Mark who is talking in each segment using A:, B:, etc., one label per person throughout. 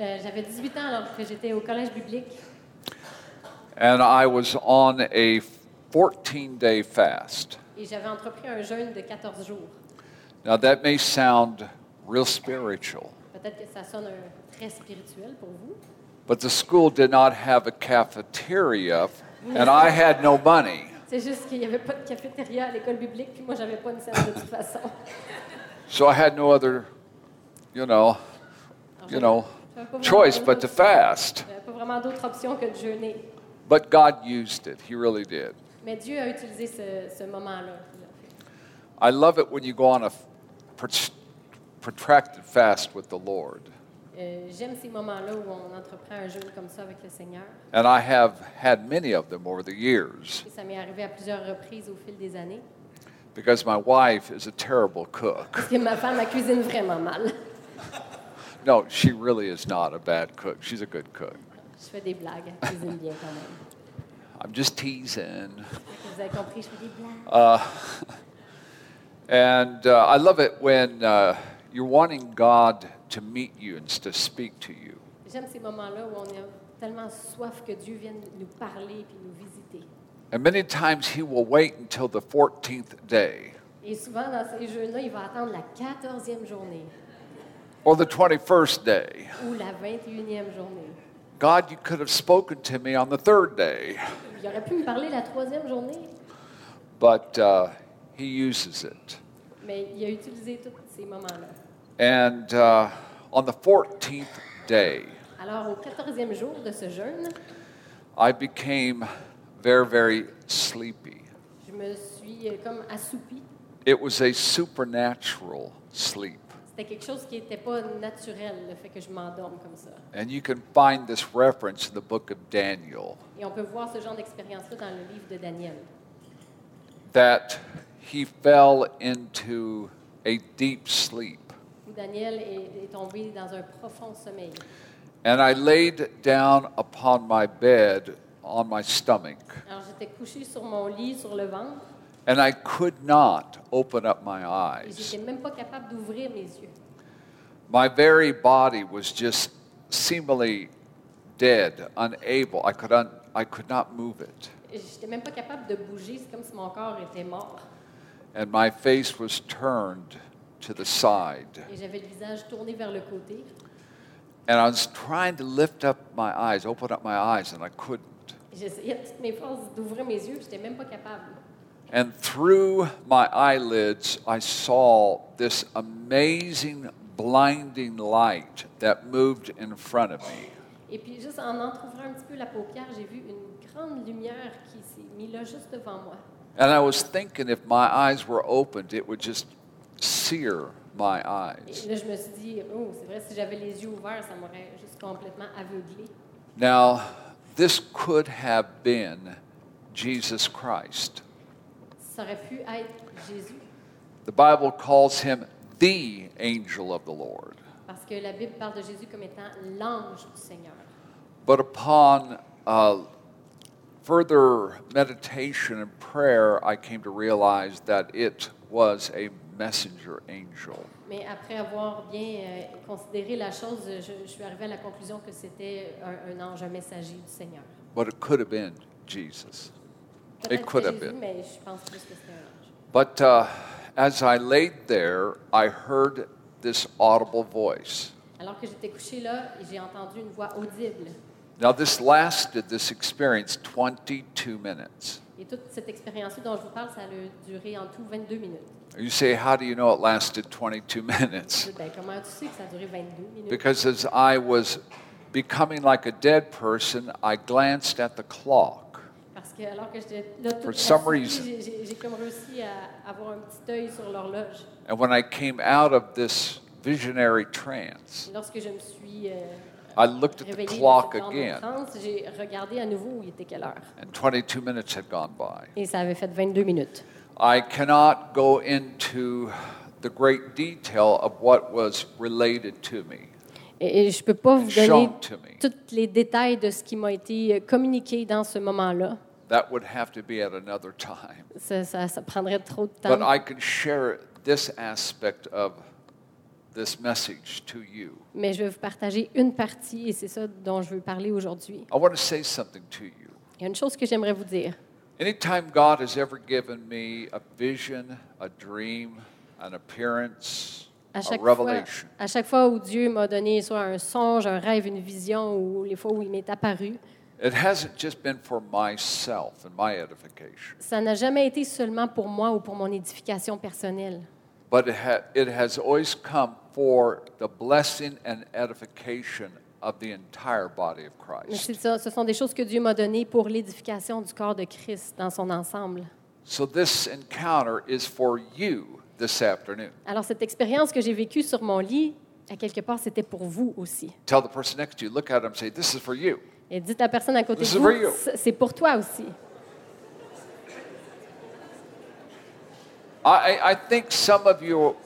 A: Euh, J'avais 18 ans alors que j'étais au collège biblique
B: and I was on a 14 day fast.
A: et j'avais entrepris un jeûne de 14 jours.
B: Now, that may sound real spiritual,
A: Peut-être que ça sonne un- très spirituel pour vous,
B: but the school did not have a cafeteria, and I had no money.
A: c'est juste qu'il n'y avait pas de cafétéria à l'école biblique puis moi j'avais pas une scène de toute façon.
B: So I had no other, you know, you know, choice but to fast.
A: J'avais pas vraiment d'autre option que de jeûner.
B: But God used it, He really did.
A: Mais Dieu a utilisé ce, ce moment-là.
B: I love it when you go on a prot- protracted fast with the Lord.
A: Euh, J'aime ces moments-là où on entreprend un jeûne comme ça avec le Seigneur.
B: And I have had many of them over the years
A: Et ça m'est arrivé à plusieurs reprises au fil des années.
B: because my wife is a terrible cook.
A: Parce que ma femme, elle cuisine vraiment mal.
B: No, she really is not a bad cook. She's a good cook.
A: Je fais des blagues, elle cuisine bien quand même.
B: I'm just teasing.
A: Vous avez compris, je fais des blagues.
B: And uh, I love it when uh, you're wanting God to meet you and to speak to you.
A: J'aime ces moments-là où on a tellement soif que Dieu vienne nous parler puis nous visiter.
B: And many times He will wait until the 14th day
A: Et souvent, dans ces jeux-là, il va attendre la 14e journée
B: or the 21st day.
A: ou la 21e journée.
B: God, you could have spoken to me on the third day,
A: Il aurait pu me parler la troisième journée,
B: but uh, He uses it.
A: mais il a utilisé tous ces moments-là.
B: And uh, on the 14th day,
A: Alors, au 14e jour de ce jeûne,
B: I became very, very sleepy.
A: je me suis euh, comme assoupie.
B: It was a supernatural sleep.
A: C'était quelque chose qui n'était pas naturel, le fait que je m'endorme comme ça.
B: And you can find this reference in the book of Daniel
A: Et on peut voir ce genre d'expérience-là dans le livre de Daniel.
B: that he fell into a deep sleep.
A: où Daniel est, est tombé dans un profond sommeil.
B: And I laid down upon my bed on my stomach,
A: Alors j'étais couchée sur mon lit, sur le ventre,
B: and I could not open up my
A: et
B: eyes.
A: j'étais même pas capable d'ouvrir mes yeux.
B: My very body was just seemingly dead, unable. I could, un- I could not move it.
A: Et J'étais même pas capable de bouger, c'est comme si mon corps était mort.
B: And my face was turned to the side.
A: Et j'avais le visage tourné vers le côté.
B: And I was trying to lift up my eyes, open up my eyes, and I couldn't.
A: Et J'essayais de toutes mes forces d'ouvrir mes yeux, puis j'étais même pas capable.
B: And through my eyelids, I saw this amazing, blinding light that moved in front of me.
A: Et puis juste en entrouvrant un petit peu la paupière, j'ai vu une grande lumière qui s'est mise là juste devant moi.
B: And I was thinking if my eyes were opened, it would just sear my eyes.
A: Et là, je me suis dit, oh, c'est vrai, si j'avais les yeux ouverts, ça m'aurait juste complètement aveuglé.
B: Now, this could have been Jesus Christ.
A: Ça aurait pu être Jésus.
B: The Bible calls him the angel of the Lord.
A: Parce que la Bible parle de Jésus comme étant l'ange du Seigneur.
B: But upon uh, further meditation and prayer, I came to realize that it was a messenger angel.
A: Mais après avoir bien euh, considéré la chose, je, je suis arrivée à la conclusion que c'était un, un ange, un messager du Seigneur.
B: But it could have been Jesus. It
A: Peut-être
B: could
A: que
B: have
A: Jésus,
B: been.
A: mais je pense plus que c'était un ange.
B: But uh, as I laid there, I heard this audible voice.
A: Alors que j'étais couchée là, et j'ai entendu une voix audible.
B: Now, this lasted, this experience, 22 minutes.
A: Et toute cette expérience dont je vous parle, ça a duré en tout 22 minutes.
B: You say, How do you know it lasted 22
A: Je
B: minutes?
A: dis, Ben, comment tu sais que ça a duré 22 minutes?
B: Because as I was becoming like a dead person, I glanced at the clock.
A: Parce que alors que j'étais là toute
B: For some
A: assoupie,
B: reason.
A: j'ai- j'ai j'ai comme réussi à avoir un petit œil sur l'horloge.
B: And when I came out of this visionary trance,
A: Lorsque je me suis euh,
B: I looked at the
A: réveillée
B: clock
A: dans cette
B: again,
A: grande transe, j'ai regardé à nouveau où il était quelle heure.
B: and 22 minutes had gone by.
A: Et ça avait fait 22 minutes.
B: I cannot go into the great detail of what was related to me.
A: Et, et je ne peux pas vous donner
B: Shown to me.
A: tous les détails de ce qui m'a été euh, communiqué dans ce moment-là.
B: That would have to be at another time.
A: Ça, ça- ça prendrait trop de
B: But
A: temps.
B: I can share this aspect of this message to you.
A: Mais je vais vous partager une partie et c'est ça dont je veux parler aujourd'hui.
B: I want to say something to you.
A: Il y a une chose que j'aimerais vous dire.
B: Anytime God has ever given me a vision, a dream, an appearance,
A: À
B: a
A: chaque, fois,
B: revelation,
A: à chaque fois où Dieu m'a donné soit un songe, un rêve, une vision, ou les fois où il m'est apparu,
B: it hasn't just been for myself and my edification,
A: ça n'a jamais été seulement pour moi ou pour mon édification personnelle,
B: but it, ha- it has always come for the blessing and edification of the entire body of
A: mais
B: Christ.
A: c'est ça, ce sont des choses que Dieu m'a données pour l'édification du corps de Christ dans son ensemble.
B: So this encounter is for you this afternoon.
A: Alors cette expérience que j'ai vécue sur mon lit, à quelque part, c'était pour vous aussi.
B: Tell the person next to you, look at them, say, This is for you.
A: Et dites à la personne à côté
B: This
A: de
B: is for you.
A: vous, c'est- c'est pour toi aussi.
B: I, I- I think some of you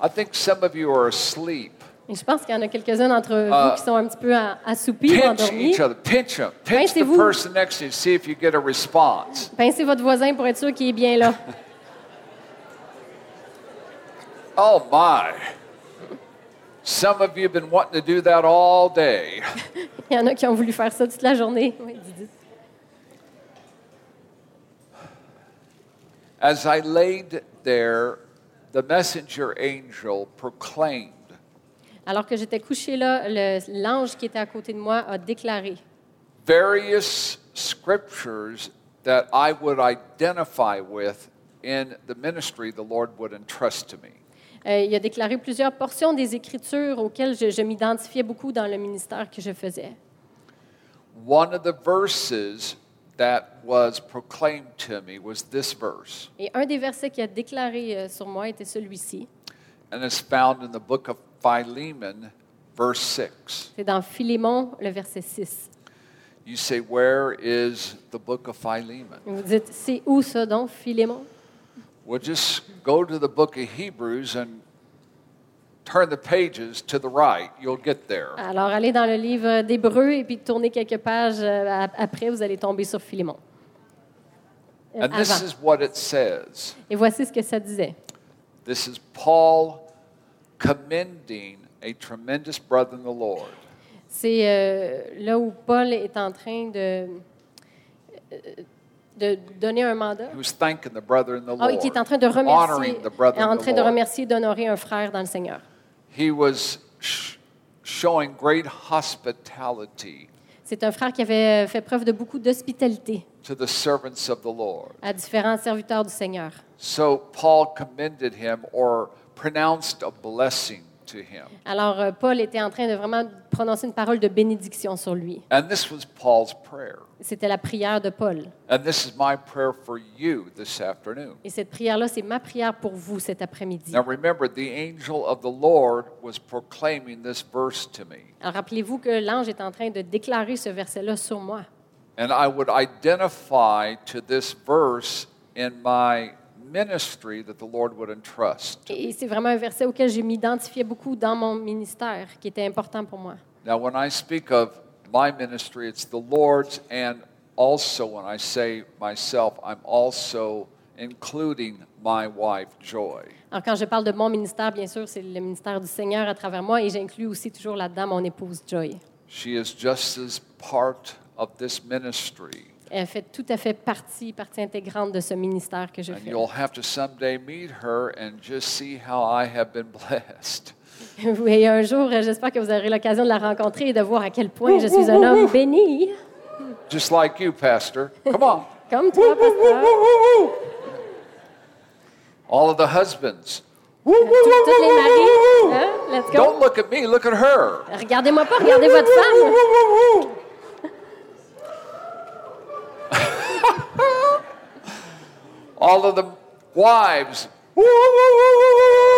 B: I think some of you are asleep.
A: Et je pense qu'il y en a quelques-uns d'entre vous qui sont un petit peu a- assoupis, ou
B: Ah. Pinch
A: endormis.
B: each other. Pinch them. Pinch the
A: Pincez-vous.
B: person next to you. See if you get a response.
A: Pincez votre voisin pour être sûr qu'il est bien là.
B: Oh my. Some of you have been wanting to do that all day.
A: Il y en a qui ont voulu faire ça toute la journée. Oui, Didi.
B: As I laid there, the messenger angel proclaimed,
A: Alors que j'étais couchée là, le- l'ange qui était à côté de moi a déclaré
B: various scriptures that I would identify with in the ministry the Lord would entrust to me.
A: Euh, il a déclaré plusieurs portions des Écritures auxquelles je, je m'identifiais beaucoup dans le ministère que je faisais.
B: One of the verses that was proclaimed to me was this verse,
A: Et un des versets qu'il a déclaré euh, sur moi était celui-ci.
B: and it's found in the book of Philemon, verse 6.
A: C'est dans Philémon, le verset 6.
B: You say, Where is the book of Philemon?
A: Vous dites, c'est où ça donc, Philémon?
B: Well, just go to the book of Hebrews and turn the pages to the right. You'll get there.
A: Alors, allez dans le livre d'Hébreu et puis tournez quelques pages. euh, ap- Après, vous allez tomber sur Philémon. Euh,
B: And this
A: avant.
B: is what it says.
A: Et voici ce que ça disait.
B: This is Paul commending a tremendous brother in the Lord.
A: C'est euh, là où Paul est en train de, euh, de donner un mandat.
B: Who's thanking the brother in the Lord?
A: Ah oui, qui est en train de remercier,
B: honoring the brother
A: en
B: in
A: train
B: the
A: de
B: Lord.
A: remercier, et d'honorer un frère dans le Seigneur.
B: He was sh- showing great hospitality
A: C'est un frère qui avait fait preuve de beaucoup d'hospitalité
B: to the servants of the Lord.
A: à différents serviteurs du Seigneur.
B: So Paul commended him or pronounced a blessing to him.
A: Alors, euh, Paul était en train de vraiment prononcer une parole de bénédiction sur lui.
B: And this was Paul's prayer.
A: C'était la prière de Paul.
B: And this is my prayer for you this afternoon.
A: Et cette prière-là, c'est ma prière pour vous cet après-midi.
B: Now remember, the angel of the Lord was proclaiming this verse to me.
A: Alors, rappelez-vous que l'ange est en train de déclarer ce verset-là sur moi.
B: And I would identify to this verse in my ministry that the Lord would entrust.
A: Et c'est vraiment un verset auquel je m'identifiais beaucoup dans mon ministère, qui était important pour moi.
B: Now, when I speak of my ministry, it's the Lord's, and also when I say myself, I'm also including my wife, Joy.
A: Alors, quand je parle de mon ministère, bien sûr, c'est le ministère du Seigneur à travers moi et j'inclus aussi toujours là-dedans mon épouse Joy.
B: She is just as part of this ministry.
A: Elle fait tout à fait partie, partie intégrante de ce ministère que je
B: And
A: fais.
B: you'll have to someday meet her and just see how I have been blessed.
A: Oui, un jour, euh, j'espère que vous aurez l'occasion de la rencontrer et de voir à quel point je suis un homme béni,
B: Just like you, Pastor. Come on.
A: comme toi, pasteur.
B: All of the husbands.
A: Tous tous les maris, hein? let's go.
B: Don't look at me, look at her.
A: Regardez-moi pas, regardez votre femme.
B: All of the wives.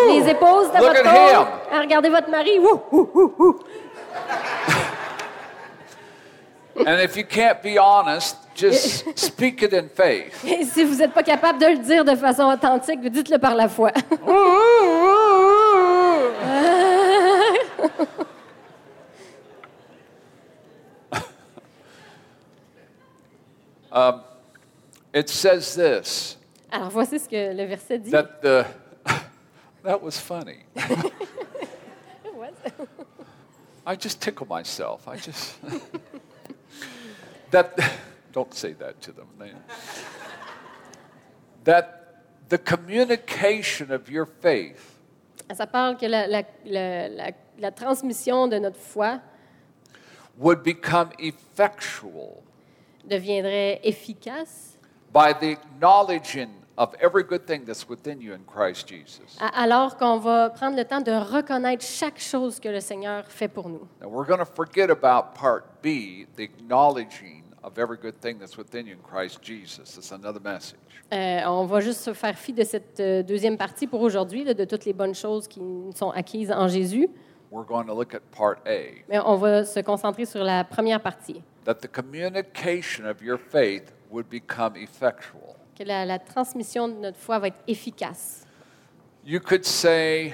A: Les épouses de
B: Look
A: votre Ah,
B: at
A: femme. Regardez votre mari. Wouh, wouh, wouh, wouh.
B: And if you can't be honest, just speak it in faith.
A: Et si vous n'êtes pas capable de le dire de façon authentique, dites-le par la foi.
B: It says this
A: Alors voici ce que le verset dit.
B: that the that was funny.
A: What?
B: I just tickle myself. I just that don't say that to them. They- that the communication of your faith
A: Ça parle que la, la- la- la- la transmission de notre foi
B: would become effectual
A: deviendrait efficace
B: by the acknowledging of every good thing that's within you in Christ Jesus.
A: a- alors qu'on va prendre le temps de reconnaître chaque chose que le Seigneur fait pour nous.
B: Now we're going to forget about part B, the acknowledging of every good thing that's within you in Christ Jesus. It's another message.
A: Euh, on va juste se faire fi de cette euh, deuxième partie pour aujourd'hui, là, de toutes les bonnes choses qui nous sont acquises en Jésus,
B: We're going to look at part A,
A: mais on va se concentrer sur la première partie,
B: that the communication of your faith would become effectual.
A: que la, la transmission de notre foi va être efficace.
B: You could say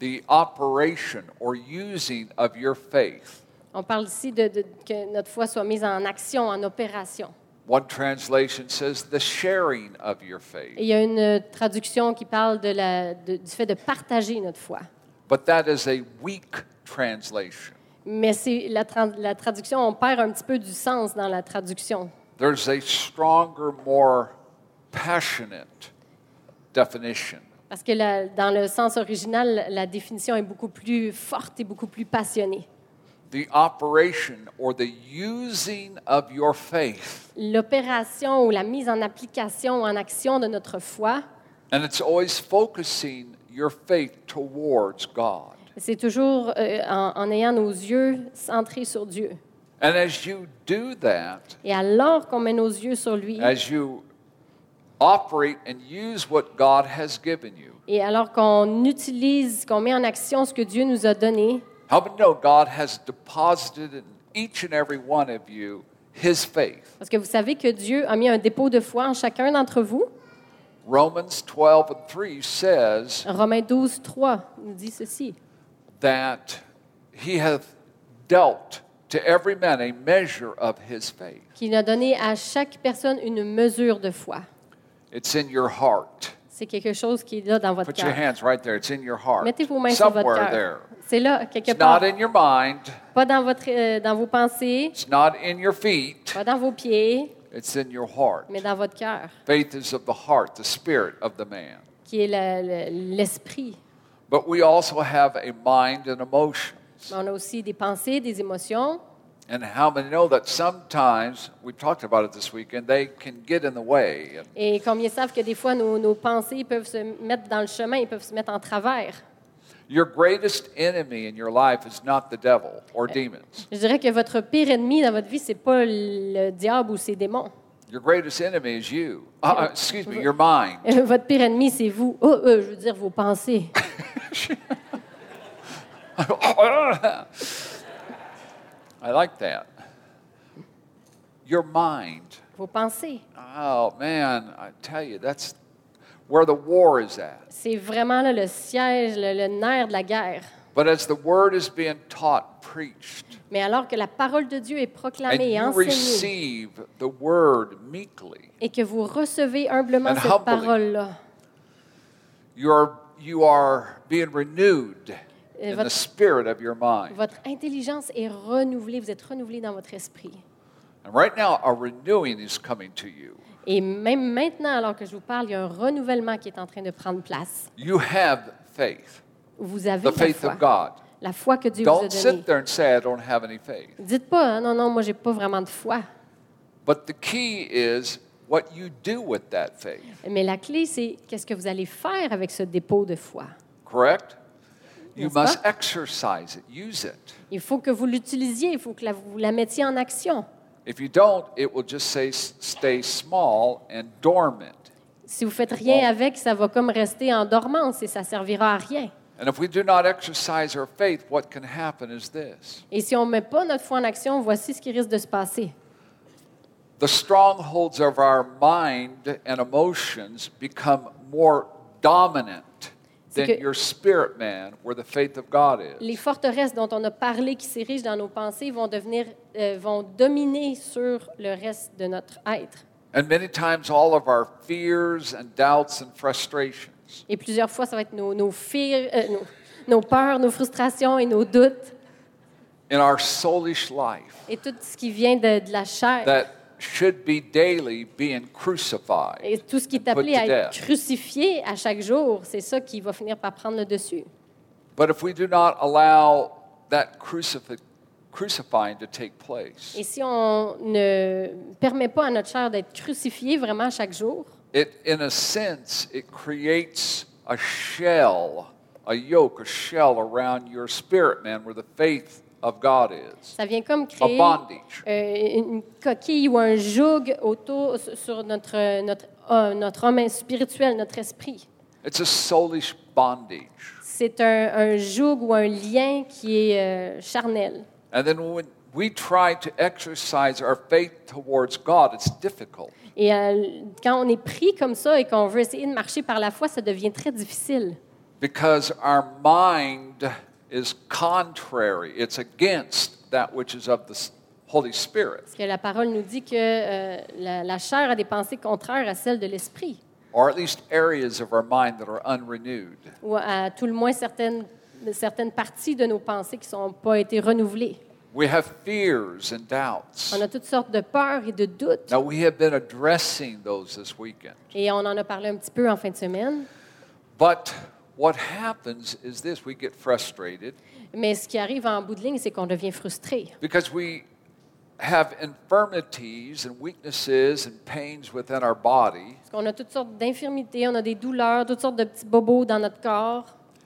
B: the operation or using of your faith.
A: On parle ici de, de- que notre foi soit mise en action, en opération.
B: One translation says the sharing of your
A: Et
B: faith,
A: il y a une euh, traduction qui parle de la- de- du fait de partager notre foi.
B: but that is a weak translation.
A: Mais c'est la, tran- la traduction, on perd un petit peu du sens dans la traduction.
B: There's a stronger, more passionate definition.
A: Parce que la- dans le sens original, la définition est beaucoup plus forte et beaucoup plus passionnée.
B: The operation or the using of your faith.
A: L'opération ou la mise en application, en action de notre foi,
B: And it's always focusing your faith towards God.
A: c'est toujours euh, en, en ayant nos yeux centrés sur Dieu.
B: And as you do that,
A: Et alors qu'on met nos yeux sur lui,
B: as you operate and use what God has given you,
A: et alors qu'on utilise, qu'on met en action ce que Dieu nous a donné,
B: how many know God has deposited in each and every one of you his faith?
A: Parce que vous savez que Dieu a mis un dépôt de foi en chacun d'entre vous.
B: Romans 12 and 3 says,
A: Romains 12, 3 nous dit ceci.
B: that he hath dealt to every man a measure of his faith.
A: qu'il a donné à chaque personne une mesure de foi.
B: It's in your heart.
A: C'est quelque chose qui est là dans votre
B: Put your
A: cœur.
B: hands right there. It's in your heart.
A: Mettez vos mains sur votre
B: Somewhere there.
A: cœur. C'est là, quelque
B: It's not
A: part.
B: in your mind.
A: Pas dans, votre, euh, dans vos pensées,
B: It's not in your feet.
A: pas dans vos pieds,
B: It's in your heart.
A: mais dans votre cœur,
B: Faith is of the heart, the spirit of the man.
A: qui est le- le- l'esprit.
B: But we also have a mind and emotions.
A: Mais on a aussi des pensées, des émotions.
B: And how many know that sometimes, we've talked about it this weekend, they can get in the way. And
A: Et combien savent que des fois, nos, nos pensées peuvent se mettre dans le chemin, ils peuvent se mettre en travers.
B: Your greatest enemy in your life is not the devil or demons.
A: Je dirais que votre pire ennemi dans votre vie, c'est pas le diable ou ses démons.
B: Your greatest enemy is you. Uh, uh, excuse me, your mind.
A: Votre pire ennemi, c'est vous. Oh, euh, je veux dire vos pensées.
B: I like that. Your mind.
A: Vos pensées.
B: Oh man, I tell you, that's where the war is at.
A: C'est vraiment là, le siège, le, le nerf de la guerre.
B: But as the word is being taught, preached,
A: Mais alors que la parole de Dieu est
B: and
A: proclamée et
B: you
A: enseignée,
B: receive the word meekly,
A: et que vous recevez humblement
B: And
A: cette
B: humbly.
A: parole-là,
B: you are you are being renewed in
A: votre-
B: the spirit of your mind.
A: votre intelligence est renouvelée, vous êtes renouvelé dans votre esprit.
B: And right now, a renewing is coming to you.
A: Et même maintenant, alors que je vous parle, il y a un renouvellement qui est en train de prendre place.
B: You have faith,
A: Vous avez
B: the
A: la
B: faith
A: foi,
B: of God.
A: la foi que Dieu
B: Don't
A: vous a donnée.
B: sit there and say, I don't have any faith.
A: Dites pas, hein, non, non, moi, j'ai pas vraiment de foi.
B: But the key is what you do with that faith,
A: Mais la clé, c'est qu'est-ce que vous allez faire avec ce dépôt de foi.
B: correct? You
A: Yes,
B: must
A: sir.
B: exercise it, use it.
A: Il faut que vous l'utilisiez, il faut que la- vous la mettiez en action.
B: If you don't, it will just say, s- stay small and dormant.
A: Si vous faites rien avec, ça va comme rester en dormance et ça servira à rien.
B: And if we do not exercise our faith, what can happen is this
A: Et si on ne met pas notre foi en action, voici ce qui risque de se passer.
B: the strongholds of our mind and emotions become more dominant than
A: C'est que-
B: your spirit man, where the faith of God is.
A: Les forteresses dont on a parlé qui s'érigent dans nos pensées vont, devenir, euh, vont dominer sur le reste de notre être.
B: And many times, all of our fears and doubts and frustrations.
A: Et plusieurs fois, ça va être nos, nos, fears, euh, nos, nos peurs, nos frustrations et nos doutes
B: in our soulish life
A: et tout ce qui vient de, de la chair
B: that should be daily being crucified.
A: et tout ce qui est
B: and put
A: appelé
B: to
A: à être
B: death.
A: crucifié à chaque jour. C'est ça qui va finir par prendre le dessus.
B: But if we do not allow that crucif- crucifying to take place,
A: Et si on ne permet pas à notre chair d'être crucifiée vraiment chaque jour,
B: it, in a sense, it creates a shell, a yoke, a shell around your spirit man where the faith of God is.
A: ça vient comme
B: A
A: créer
B: bondage.
A: euh, une une coquille ou un joug autour sur notre, notre, euh, notre homme spirituel, notre esprit.
B: It's a soulish bondage.
A: C'est un, un joug ou un lien qui est euh, charnel.
B: And then when we try to exercise our faith towards God, it's difficult.
A: Et euh, quand on est pris comme ça et qu'on veut essayer de marcher par la foi, ça devient très difficile.
B: Because our mind is contrary, it's against that which is of the S- Holy Spirit,
A: Parce que la parole nous dit que euh, la, la chair a des pensées contraires à celles de l'esprit,
B: or at least areas of our mind that are unrenewed.
A: ou à tout le moins certaines, certaines parties de nos pensées qui n'ont pas été renouvelées.
B: We have fears and doubts.
A: On a toutes sortes de peurs et de doutes.
B: Now, we have been addressing those this weekend.
A: Et on en a parlé un petit peu en fin de semaine.
B: But what happens is this we get frustrated
A: Mais ce qui arrive en bout de ligne, c'est qu'on devient frustré.
B: because we have infirmities and weaknesses and pains within our body.
A: Parce qu'on a toutes sortes d'infirmités, on a des douleurs, toutes sortes de petits bobos dans notre corps.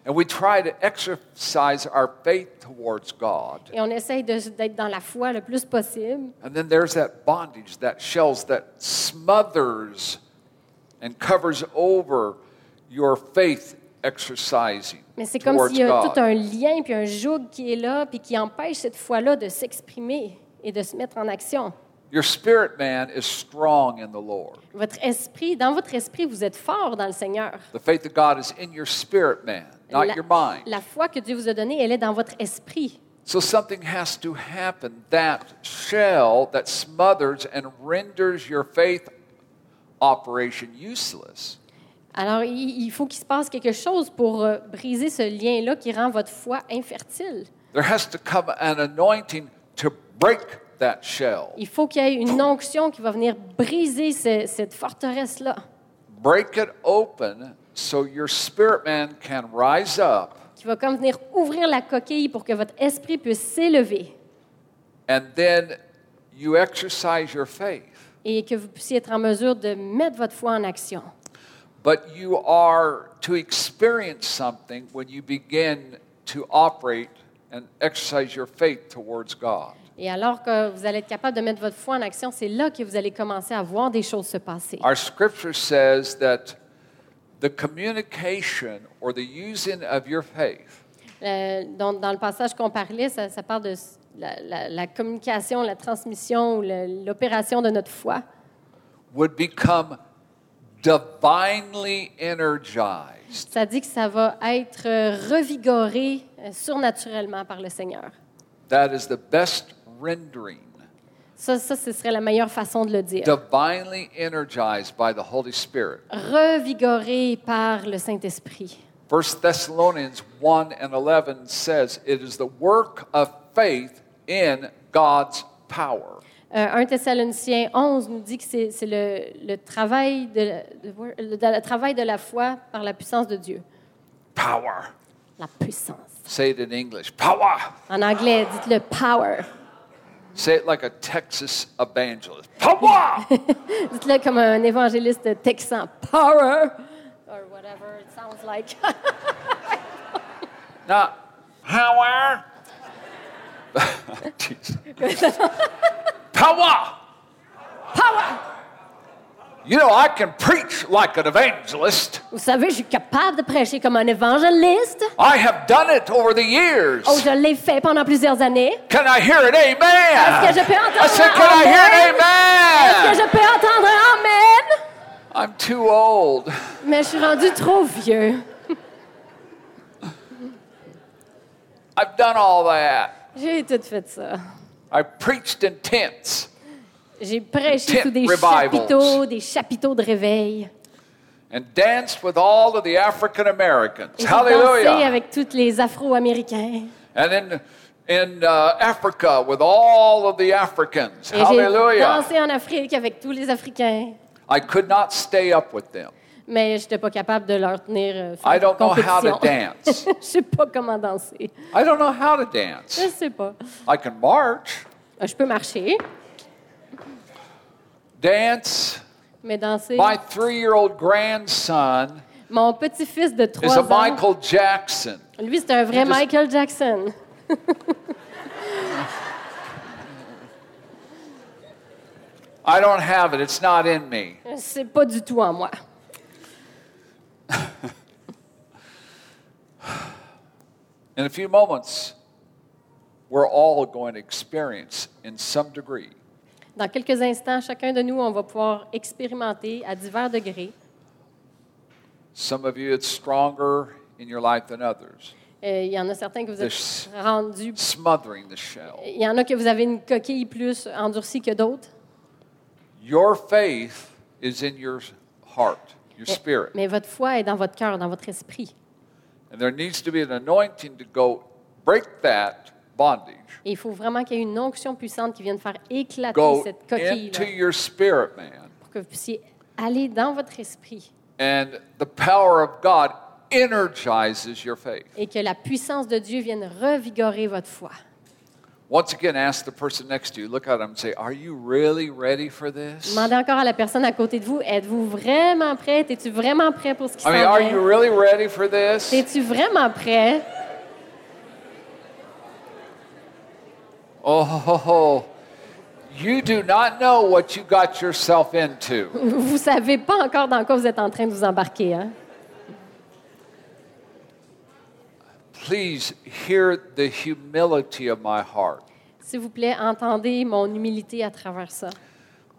B: And we try to exercise our faith towards God.
A: Et on essaye de- d'être dans la foi le plus possible.
B: And then there's that bondage, that shells that smothers and covers over your faith exercising
A: Mais c'est comme
B: towards
A: s'il y a
B: God.
A: tout un lien, puis un joug qui est là, puis qui empêche cette foi-là de s'exprimer et de se mettre en action.
B: Your spirit man is strong in the Lord.
A: Votre esprit, dans votre esprit, vous êtes fort dans le Seigneur.
B: The faith of God is in your spirit man, not
A: la,
B: your mind.
A: la foi que Dieu vous a donnée, elle est dans votre esprit.
B: So something has to happen. That shell that smothers and renders your faith operation useless.
A: Alors, il, il faut qu'il se passe quelque chose pour euh, briser ce lien-là qui rend votre foi infertile.
B: There has to come an anointing to break that shell.
A: Il faut qu'il y ait une onction qui va venir briser ce- cette forteresse-là,
B: Break it open so your spirit man can rise up
A: qui va comme venir ouvrir la coquille pour que votre esprit puisse s'élever
B: and then you exercise your faith.
A: et que vous puissiez être en mesure de mettre votre foi en action.
B: But you are to experience something when you begin to operate and exercise your faith towards God.
A: Et alors que vous allez être capable de mettre votre foi en action, c'est là que vous allez commencer à voir des choses se passer.
B: Our scripture says that the communication or the using of your faith
A: Euh, dans, dans le passage qu'on parlait, ça, ça parle de s- la, la- la communication, la transmission ou le- l'opération de notre foi
B: would become divinely energized.
A: Ça dit que ça va être euh, revigoré euh, surnaturellement par le Seigneur.
B: That is the best rendering.
A: Ça, ça, ce serait la meilleure façon de le dire.
B: Divinely energized by the Holy Spirit.
A: Revigoré par le Saint-Esprit.
B: 1 Thessalonians 1 and 11 says, It is the work of faith in God's power.
A: Euh, 1 Thessaloniciens 11 nous dit que c'est c'est le, le travail de, la- de voir- le- le travail de la foi par la puissance de Dieu.
B: Power.
A: La puissance.
B: Say it in English. Power.
A: En anglais, dites-le power.
B: Say it like a Texas evangelist. Power.
A: Dites-le comme un évangéliste texan. Power! Or whatever it sounds like.
B: Not power. Jeez. power.
A: power!
B: You know, I can preach like an evangelist.
A: Vous savez, je suis capable de prêcher comme un évangéliste.
B: I have done it over the years.
A: Oh, je l'ai fait pendant plusieurs années.
B: Can I hear an amen?
A: Est-ce que je peux entendre
B: I said,
A: un
B: Can I hear
A: amen?
B: an
A: Est-ce que
B: amen?
A: je peux entendre un Amen?
B: I'm too old.
A: Mais je suis rendu trop vieux.
B: I've done all that.
A: J'ai tout fait ça.
B: I preached in tents,
A: J'ai prêché
B: Tent
A: sous des
B: revivals.
A: chapiteaux, des chapiteaux de réveil.
B: and danced with all of the African Americans.
A: Et j'ai dansé
B: Hallelujah.
A: avec tous les Afro-Américains.
B: And in, in uh, Africa with all of the Africans.
A: Et j'ai
B: Hallelujah.
A: dansé en Afrique avec tous les Africains.
B: I could not stay up with them.
A: Mais je n'étais pas capable de leur tenir euh, faire
B: I don't know how to
A: compétition.
B: dance.
A: je sais pas comment danser.
B: I don't know how to
A: Je
B: dance.
A: sais pas. Euh,
B: I can march,
A: Je peux marcher,
B: dance.
A: mais danser.
B: My three year old grandson
A: Mon petit-fils de
B: is
A: 3
B: a
A: ans,
B: Michael Jackson.
A: lui, c'est un vrai
B: Just-
A: Michael Jackson.
B: I don't have it, it's not in me.
A: C'est pas du tout en moi.
B: In a few moments, we're all going to experience in some degree
A: Dans quelques instants, chacun de nous, on va pouvoir expérimenter à divers degrés.
B: Some of you, it's stronger in your life than others.
A: Euh, Il y en a certains que vous
B: This-
A: êtes rendus.
B: Smothering the shell.
A: Il y en a que vous avez une coquille plus endurcie que d'autres.
B: Your faith is in your heart, your spirit.
A: Mais votre foi est dans votre cœur, dans votre esprit.
B: And there needs to be an anointing to go break that bondage.
A: Et il faut vraiment qu'il y ait une onction puissante qui vienne faire éclater
B: Go
A: cette coquille
B: into your spirit, man,
A: pour que vous puissiez aller dans votre esprit
B: and the power of God energizes your faith.
A: et que la puissance de Dieu vienne revigorer votre foi.
B: Once again, ask the person next to you, look at them and say, Are you really ready for this? I
A: Demandez encore à la personne à côté de vous, êtes-vous vraiment prêt? Es-tu vraiment prêt pour ce qui s'en
B: mean, are you
A: vient?
B: really ready for this?
A: Es-tu vraiment prêt?
B: Oh, ho, ho. you do not know what you got yourself into.
A: Vous ne savez pas encore dans quoi vous êtes en train de vous embarquer. Hein?
B: Please hear the humility of my heart.
A: S'il vous plaît, entendez mon humilité à travers ça.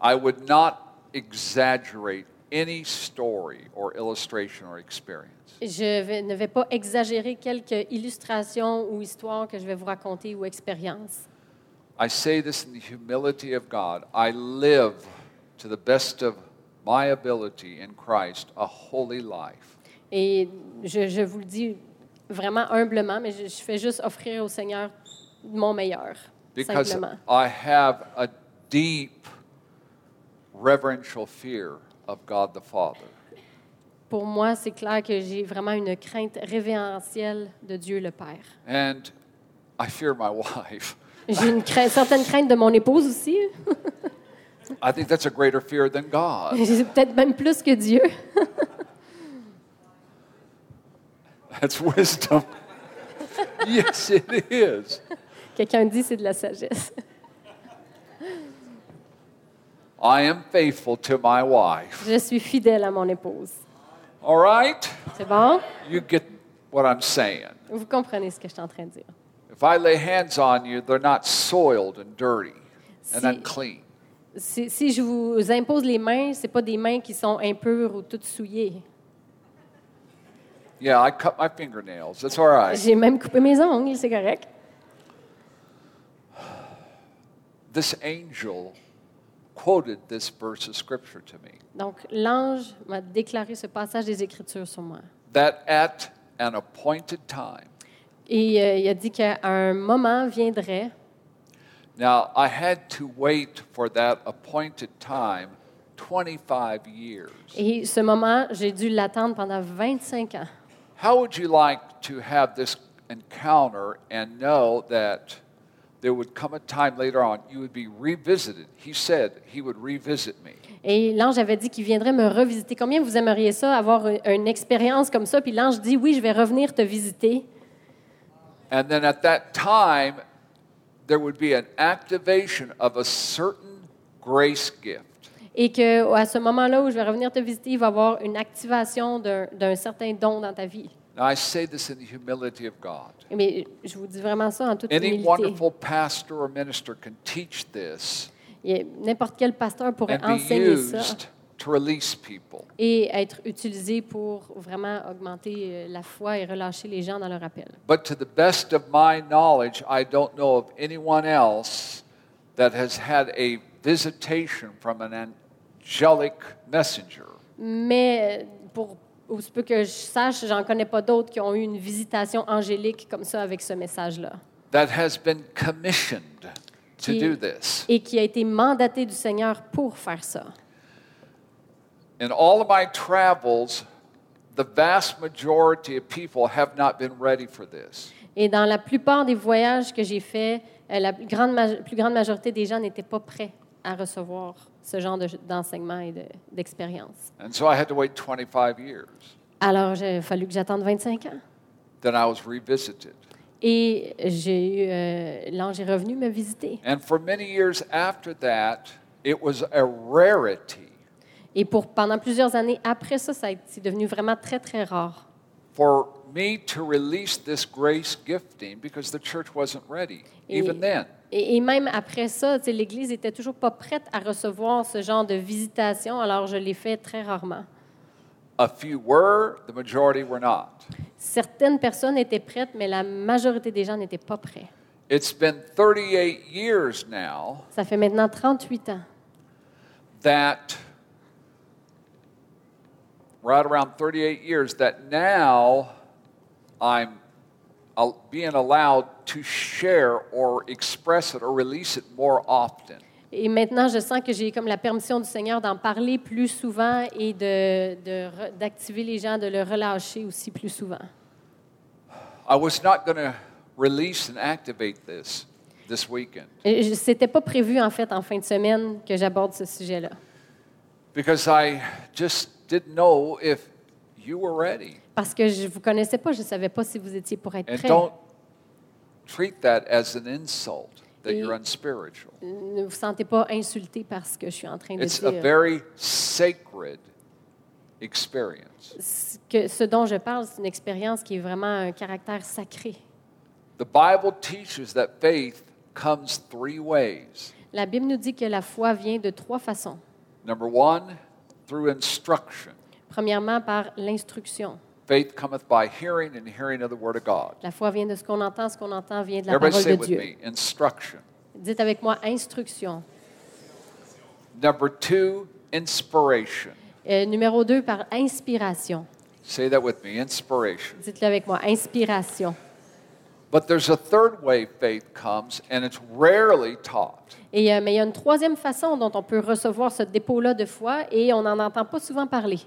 B: I would not exaggerate any story or illustration or experience.
A: Je vais- ne vais pas exagérer quelques illustrations ou histoires que je vais vous raconter ou expériences.
B: I say this in the humility of God. I live to the best of my ability in Christ a holy life.
A: Et je, je vous le dis vraiment humblement, mais je, je fais juste offrir au Seigneur mon meilleur,
B: Because
A: simplement.
B: I have a deep reverential fear of God the Father.
A: Pour moi, c'est clair que j'ai vraiment une crainte révérentielle de Dieu le Père.
B: And I fear my wife.
A: J'ai une crainte- certaine crainte de mon épouse aussi.
B: I think that's a greater fear than God.
A: J'ai peut-être même plus que Dieu.
B: That's wisdom. yes, it is.
A: Quelqu'un dit c'est de la sagesse.
B: I am faithful to my wife.
A: Je suis fidèle à mon épouse.
B: All right?
A: C'est bon?
B: You get what I'm saying.
A: Vous comprenez ce que je suis en train de dire.
B: If I lay hands on you, they're not soiled and dirty and
A: See-
B: unclean.
A: Si, si je vous impose les mains, c'est pas des mains qui sont impures ou toutes souillées.
B: Yeah, I cut my fingernails. That's all right.
A: J'ai même coupé mes ongles, c'est correct.
B: This angel quoted this verse of scripture to me
A: Donc l'ange m'a déclaré ce passage des Écritures sur moi.
B: that at an appointed time.
A: Et euh, il a dit qu'à un moment viendrait.
B: Now, I had to wait for that appointed time 25 years.
A: Et ce moment, j'ai dû l'attendre pendant 25 ans.
B: How would you like to have this encounter and know that there would come a time later on you would be revisited? He said he would revisit me.
A: Et l'ange avait dit qu'il viendrait me revisiter. Combien vous aimeriez ça, avoir une, une expérience comme ça? Puis l'ange dit, oui, je vais revenir te visiter.
B: And then at that time, there would be an activation of a certain grace gift.
A: et que à ce moment-là où je vais revenir te visiter, il va y avoir une activation d'un d'un certain don dans ta vie.
B: Now, I say this in the humility of God.
A: Mais je vous dis vraiment ça en toute
B: Any
A: humilité.
B: wonderful pastor or minister can teach this
A: Il y a- N'importe quel pasteur pourrait
B: and be
A: enseigner ça
B: used to release people.
A: et être utilisé pour vraiment augmenter euh, la foi et relâcher les gens dans leur appel.
B: But to the best of my knowledge, I don't know of anyone else that has had a visitation from an angelic messenger.
A: Mais euh, pour ou ce peu que je sache, j'en connais pas d'autres qui ont eu une visitation angélique comme ça avec ce message-là
B: that has been commissioned to
A: Qui-
B: do this.
A: et qui a été mandaté du Seigneur pour faire ça.
B: In all of my travels, the vast majority of people have not been ready for this.
A: Et dans la plupart des voyages que j'ai faits, euh, la plus grande, maj- plus grande majorité des gens n'étaient pas prêts à recevoir ce genre de- d'enseignement et de- d'expérience.
B: And so I had to wait 25 years.
A: Alors, il a fallu que j'attende 25 ans.
B: Then I was revisited.
A: Et j'ai eu, euh, l'ange est revenu me visiter.
B: And for many years after that, it was a rarity
A: Et pour pendant plusieurs années après ça, ça a été- c'est devenu vraiment très, très rare.
B: for me to release this grace gifting because the church wasn't ready, even
A: Et-
B: then.
A: Et, et même après ça, tu sais, l'Église était toujours pas prête à recevoir ce genre de visitation, alors je l'ai fait très rarement.
B: A few were, the majority were not.
A: Certaines personnes étaient prêtes, mais la majorité des gens n'étaient pas prêts.
B: It's been 38 years now
A: Ça fait maintenant 38 ans.
B: that right around 38 years that now I'm al- being allowed to share or express it or release it more often.
A: Et maintenant, je sens que j'ai comme la permission du Seigneur d'en parler plus souvent et de- de re- d'activer les gens, de le relâcher aussi plus souvent.
B: I was not going to release and activate this this weekend
A: Euh, je- C'était pas prévu, en fait, en fin de semaine que j'aborde ce sujet-là.
B: because I just didn't know if you were ready.
A: Parce que je vous connaissais pas, je savais pas si vous étiez pour être
B: And
A: prêt.
B: don't treat that as an insult that
A: Et-
B: you're unspiritual.
A: Ne vous sentez pas insulté parce que je suis en train de
B: It's a
A: dire.
B: very sacred experience.
A: Ce que- ce dont je parle, c'est une expérience qui est vraiment un caractère sacré.
B: The Bible teaches that faith comes three ways.
A: La Bible nous dit que la foi vient de trois façons.
B: Number one, through instruction.
A: Premièrement, par l'instruction.
B: Faith cometh by hearing, and hearing of the Word of God.
A: La foi vient de ce qu'on entend, ce qu'on entend vient de la
B: Everybody say
A: parole
B: it
A: de
B: with
A: Dieu.
B: me instruction.
A: Dites avec moi instruction.
B: Number two, inspiration.
A: Euh, numéro deux, par inspiration.
B: Say that with me inspiration.
A: Dites-le avec moi, inspiration.
B: But there's a third way faith comes, and it's rarely taught.
A: Et, euh, mais il y a une troisième façon dont on peut recevoir ce dépôt-là de foi et on n'en entend pas souvent parler.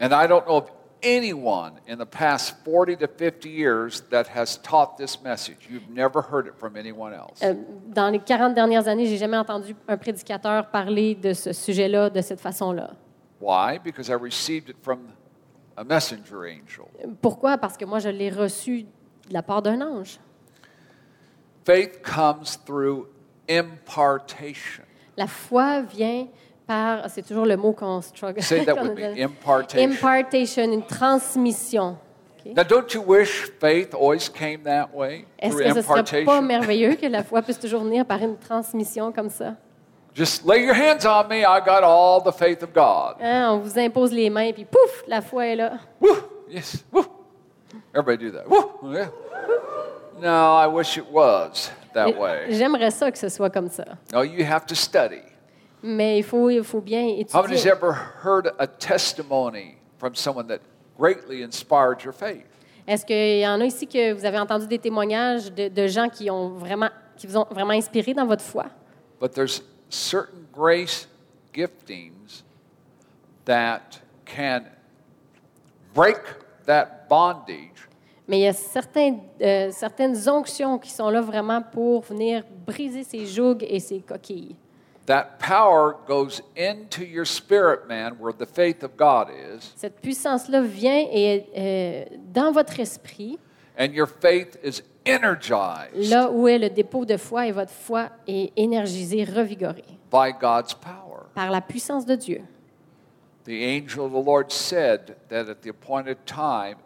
B: And I don't know of anyone in the past 40 to 50 years that has taught this message. You've never heard it from anyone else.
A: Euh, dans les 40 dernières années, j'ai jamais entendu un prédicateur parler de ce sujet-là de cette façon-là.
B: Why? Because I received it from a messenger angel.
A: Pourquoi? Parce que moi, je l'ai reçu de la part d'un ange.
B: Faith comes through impartation.
A: La foi vient par, ah, c'est toujours le mot qu'on struggle.
B: Say that
A: qu'on
B: with
A: a
B: me,
A: de-
B: impartation.
A: Impartation, une transmission. OK?
B: Now, don't you wish faith always came that way?
A: Est-ce
B: through
A: que ce serait pas
B: impartation?
A: merveilleux que la foi puisse toujours venir par une transmission comme ça?
B: Just lay your hands on me, I got all the faith of God.
A: Hein, on vous impose les mains, puis pouf, la foi est là.
B: Woo! Yes, woo! Everybody do that. Woo! Yeah. No, I wish it was that way.
A: J'aimerais ça que ce soit comme ça.
B: No, you have to study.
A: Mais il faut, il faut bien
B: How many's
A: étudier.
B: ever heard a testimony from someone that greatly inspired your faith?
A: Est-ce qu'il y en a ici que vous avez entendu des témoignages de, de gens qui, ont vraiment, qui vous ont vraiment inspiré dans votre foi?
B: But there's certain grace giftings that can break that bondage
A: Mais il y a certains, euh, certaines onctions qui sont là vraiment pour venir briser ces jougs et ces coquilles.
B: That power goes into your spirit man where the faith of God is,
A: Cette puissance-là vient et est, euh, dans votre esprit,
B: and your faith is energized
A: là où est le dépôt de foi et votre foi est énergisée, revigorée
B: by God's power.
A: par la puissance de Dieu.
B: The angel of the Lord said that at the appointed time,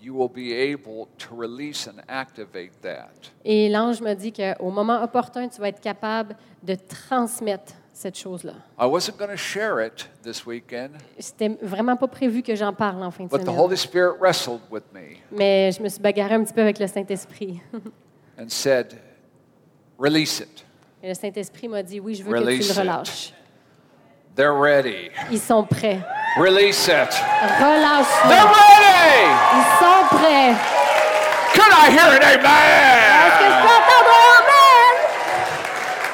B: you will be able to release and activate that.
A: Et l'ange me dit qu'au moment opportun, tu vas être capable de transmettre cette chose-là.
B: I wasn't going to share it this weekend,
A: C'était vraiment pas prévu que j'en parle en fin de
B: but the
A: semaine.
B: Holy Spirit wrestled with me
A: Mais je me suis bagarrée un petit peu avec le Saint-Esprit.
B: and said, Release it.
A: Et le Saint-Esprit m'a dit Oui, je veux que
B: Release
A: tu
B: it.
A: le relâches.
B: They're ready.
A: Ils sont prêts.
B: Release it. They're
A: Relâche-le.
B: ready.
A: Ils sont prêts.
B: Can I hear an
A: Est-ce que je
B: amen?
A: peux entendre un Amen?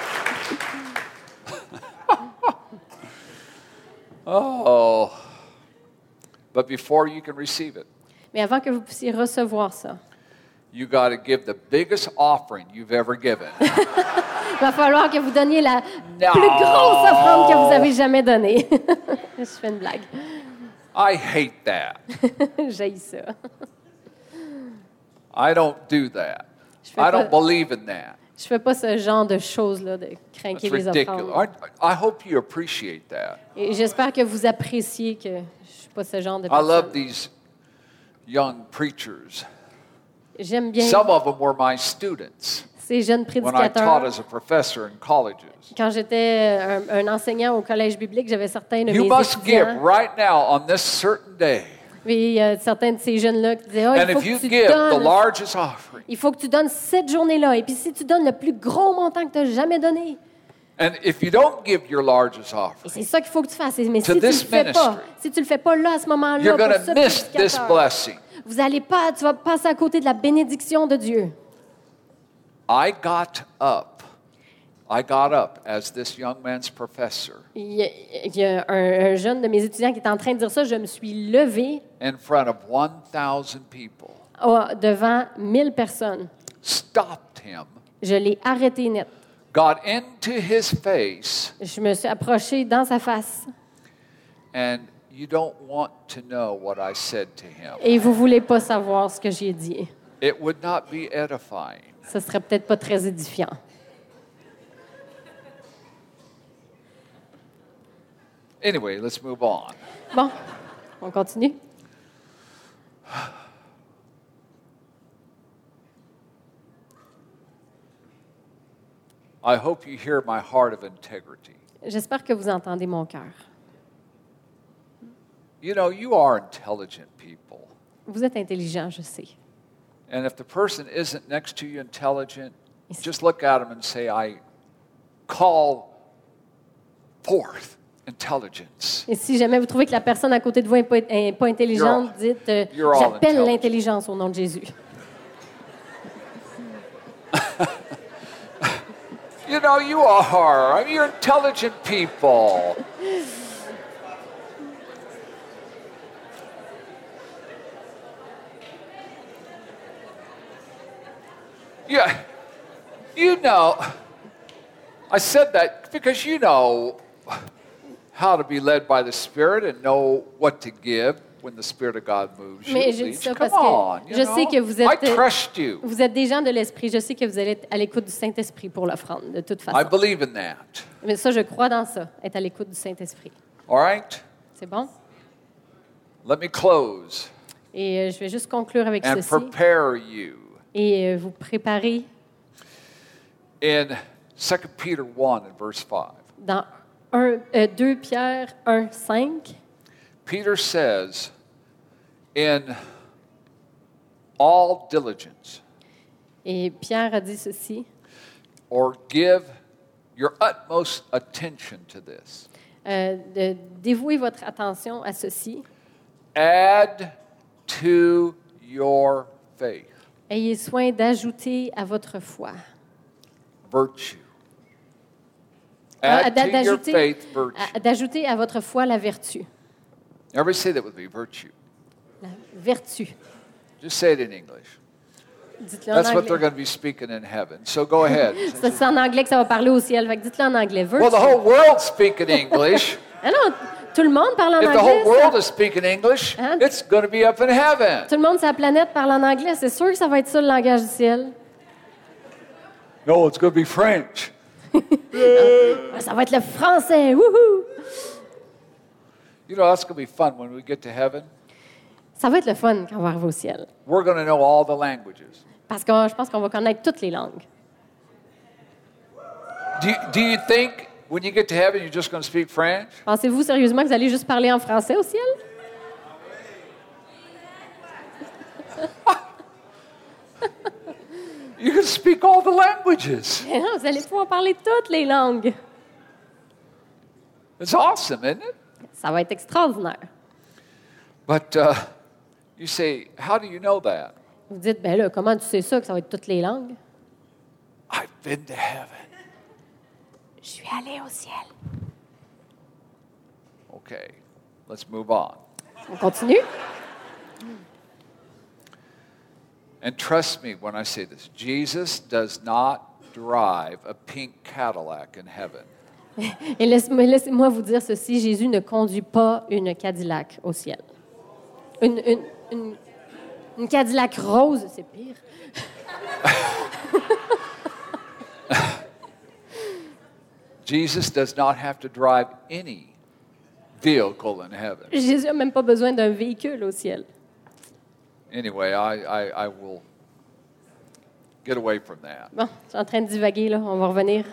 B: Oh. But before you can receive it,
A: Mais avant que vous puissiez recevoir ça,
B: you got to give the biggest offering you've ever given.
A: il va falloir que vous donniez la
B: Non.
A: plus grosse offrande que vous avez jamais donnée. je fais une blague.
B: I hate that.
A: J'haïs ça.
B: I don't do that.
A: Je fais
B: I
A: pas-
B: don't believe in that.
A: Je fais pas ce genre de choses-là, de
B: It's
A: craquer les
B: ridiculous.
A: offrandes.
B: I, I hope you appreciate that.
A: Et j'espère que vous appréciez que je suis pas ce genre de
B: I love
A: personne.
B: these young preachers.
A: J'aime bien
B: Some of them were my students
A: ces jeunes
B: when I taught
A: prédicateurs.
B: as a professor in colleges.
A: Quand j'étais un, un enseignant au collège biblique, j'avais certains de
B: You
A: mes
B: must give
A: étudiants,
B: right now on this certain day.
A: puis euh, certains de ces jeunes-là qui disaient, Ah,
B: And
A: il, faut
B: if
A: que
B: you
A: tu
B: give the
A: donnes,
B: largest offering,
A: il faut que tu donnes cette journée-là. Et puis si tu donnes le plus gros montant que tu as jamais donné,
B: and if you don't give your largest
A: et
B: offering,
A: c'est ça qu'il faut que tu fasses. Et- Mais
B: To
A: si tu le
B: this
A: fais pas,
B: ministry,
A: si tu le fais pas là, à ce moment-là,
B: you're
A: pour
B: going
A: ce
B: to miss this
A: prédicateur,
B: blessing.
A: vous allez pas, tu vas passer à côté de la bénédiction de Dieu.
B: I got up. I got up as this young man's professor
A: Il y a, il y a un, un jeune de mes étudiants qui est en train de dire ça. Je me suis levée
B: in front of 1,000 people.
A: oh, devant 1000 personnes.
B: stopped him,
A: Je l'ai arrêté net.
B: got into his face,
A: Je me suis approchée dans sa face.
B: and you don't want to know what I said to him.
A: Et vous voulez pas savoir ce que j'ai dit.
B: It would not be edifying.
A: Ce serait peut-être pas très édifiant.
B: Anyway, let's move on.
A: Bon, on continue.
B: I hope you hear my heart of integrity.
A: J'espère que vous entendez mon cœur.
B: You know, you are intelligent people.
A: Vous êtes intelligent, je sais.
B: And if the person isn't next to you intelligent,
A: Yes.
B: just look at them and say, I call forth intelligence.
A: Et si jamais vous trouvez que la personne à côté de vous n'est pas, est pas intelligente, dites euh,
B: you're all
A: J'appelle
B: intelligent.
A: l'intelligence au nom de Jésus.
B: You know, you are. I mean, you're intelligent people. yeah, you know, I said that because you know how to be led by the Spirit and know what to give when the Spirit of God moves
A: Mais
B: you.
A: je dis
B: leads
A: ça
B: you.
A: parce
B: Come
A: que
B: on, you
A: je
B: know?
A: sais que vous
B: I
A: êtes-
B: trust you.
A: Vous êtes des gens de l'Esprit. Je sais que vous allez être à l'écoute du Saint-Esprit pour l'offrande, de toute
B: I
A: façon.
B: believe in that.
A: Mais ça, je crois dans ça, être à l'écoute du Saint-Esprit.
B: All right?
A: C'est bon?
B: Let me close.
A: Et euh, je vais juste conclure avec
B: and
A: ceci.
B: prepare you.
A: Et euh, vous préparez
B: In 2 Peter 1 and verse 5,
A: dans un, euh, 2 Pierre 1, 5.
B: Peter says, In all diligence,
A: Et Pierre a dit ceci.
B: or give your utmost attention to this,
A: euh, de dévouer votre attention à ceci.
B: add to your faith
A: Ayez soin d'ajouter à votre foi.
B: virtue.
A: Euh,
B: Add
A: d'a-
B: to your
A: d'ajouter-
B: faith virtue.
A: à- D'ajouter à votre foi la vertu.
B: Everybody say that with me virtue.
A: La vertu.
B: Just say it in English.
A: Dites-le en
B: That's what they're
A: anglais.
B: going to be speaking in heaven. So go ahead.
A: Ça, C'est en anglais que ça va parler au ciel. Fait que dites-le en anglais. Vertu.
B: Well, the whole world's speaking English.
A: Ah non, tout le monde parle en
B: if the whole
A: anglais. ça.
B: world is speaking English,
A: Hein?
B: it's going to be up in heaven.
A: Tout le monde sur la planète parle en anglais. C'est sûr que ça va être ça le langage du ciel.
B: No, it's going to be French.
A: Ah, Ça va être le français. Wouhou!
B: You know, that's going to be fun when we get to heaven.
A: Ça va être le fun quand on va arriver au ciel.
B: We're going to know all the languages.
A: Parce que euh, je pense qu'on va connaître toutes les langues.
B: Do you, do you think when you get to heaven, you're just going to speak French?
A: Pensez-vous sérieusement que vous allez juste parler en français au ciel?
B: You can speak all the languages.
A: Mais non, vous allez pouvoir parler toutes les langues.
B: It's awesome, isn't it?
A: Ça va être extraordinaire.
B: But uh, you say, How do you know that?
A: Vous dites, ben là, comment tu sais ça que ça va être toutes les langues?
B: I've been to heaven.
A: Je suis allée au ciel.
B: Okay, let's move on.
A: On continue?
B: And trust me when I say this Jesus does not drive a pink Cadillac in heaven.
A: Et laisse-moi laissez-moi vous dire ceci, Jésus ne conduit pas une Cadillac au ciel. Une, une, une- une Cadillac rose, c'est pire.
B: Jesus does not have to drive any vehicle in heaven.
A: Jésus n'a même pas besoin d'un véhicule au ciel.
B: Anyway, I, I, I will get away from that.
A: Bon, je suis en train de divaguer, là. On va revenir.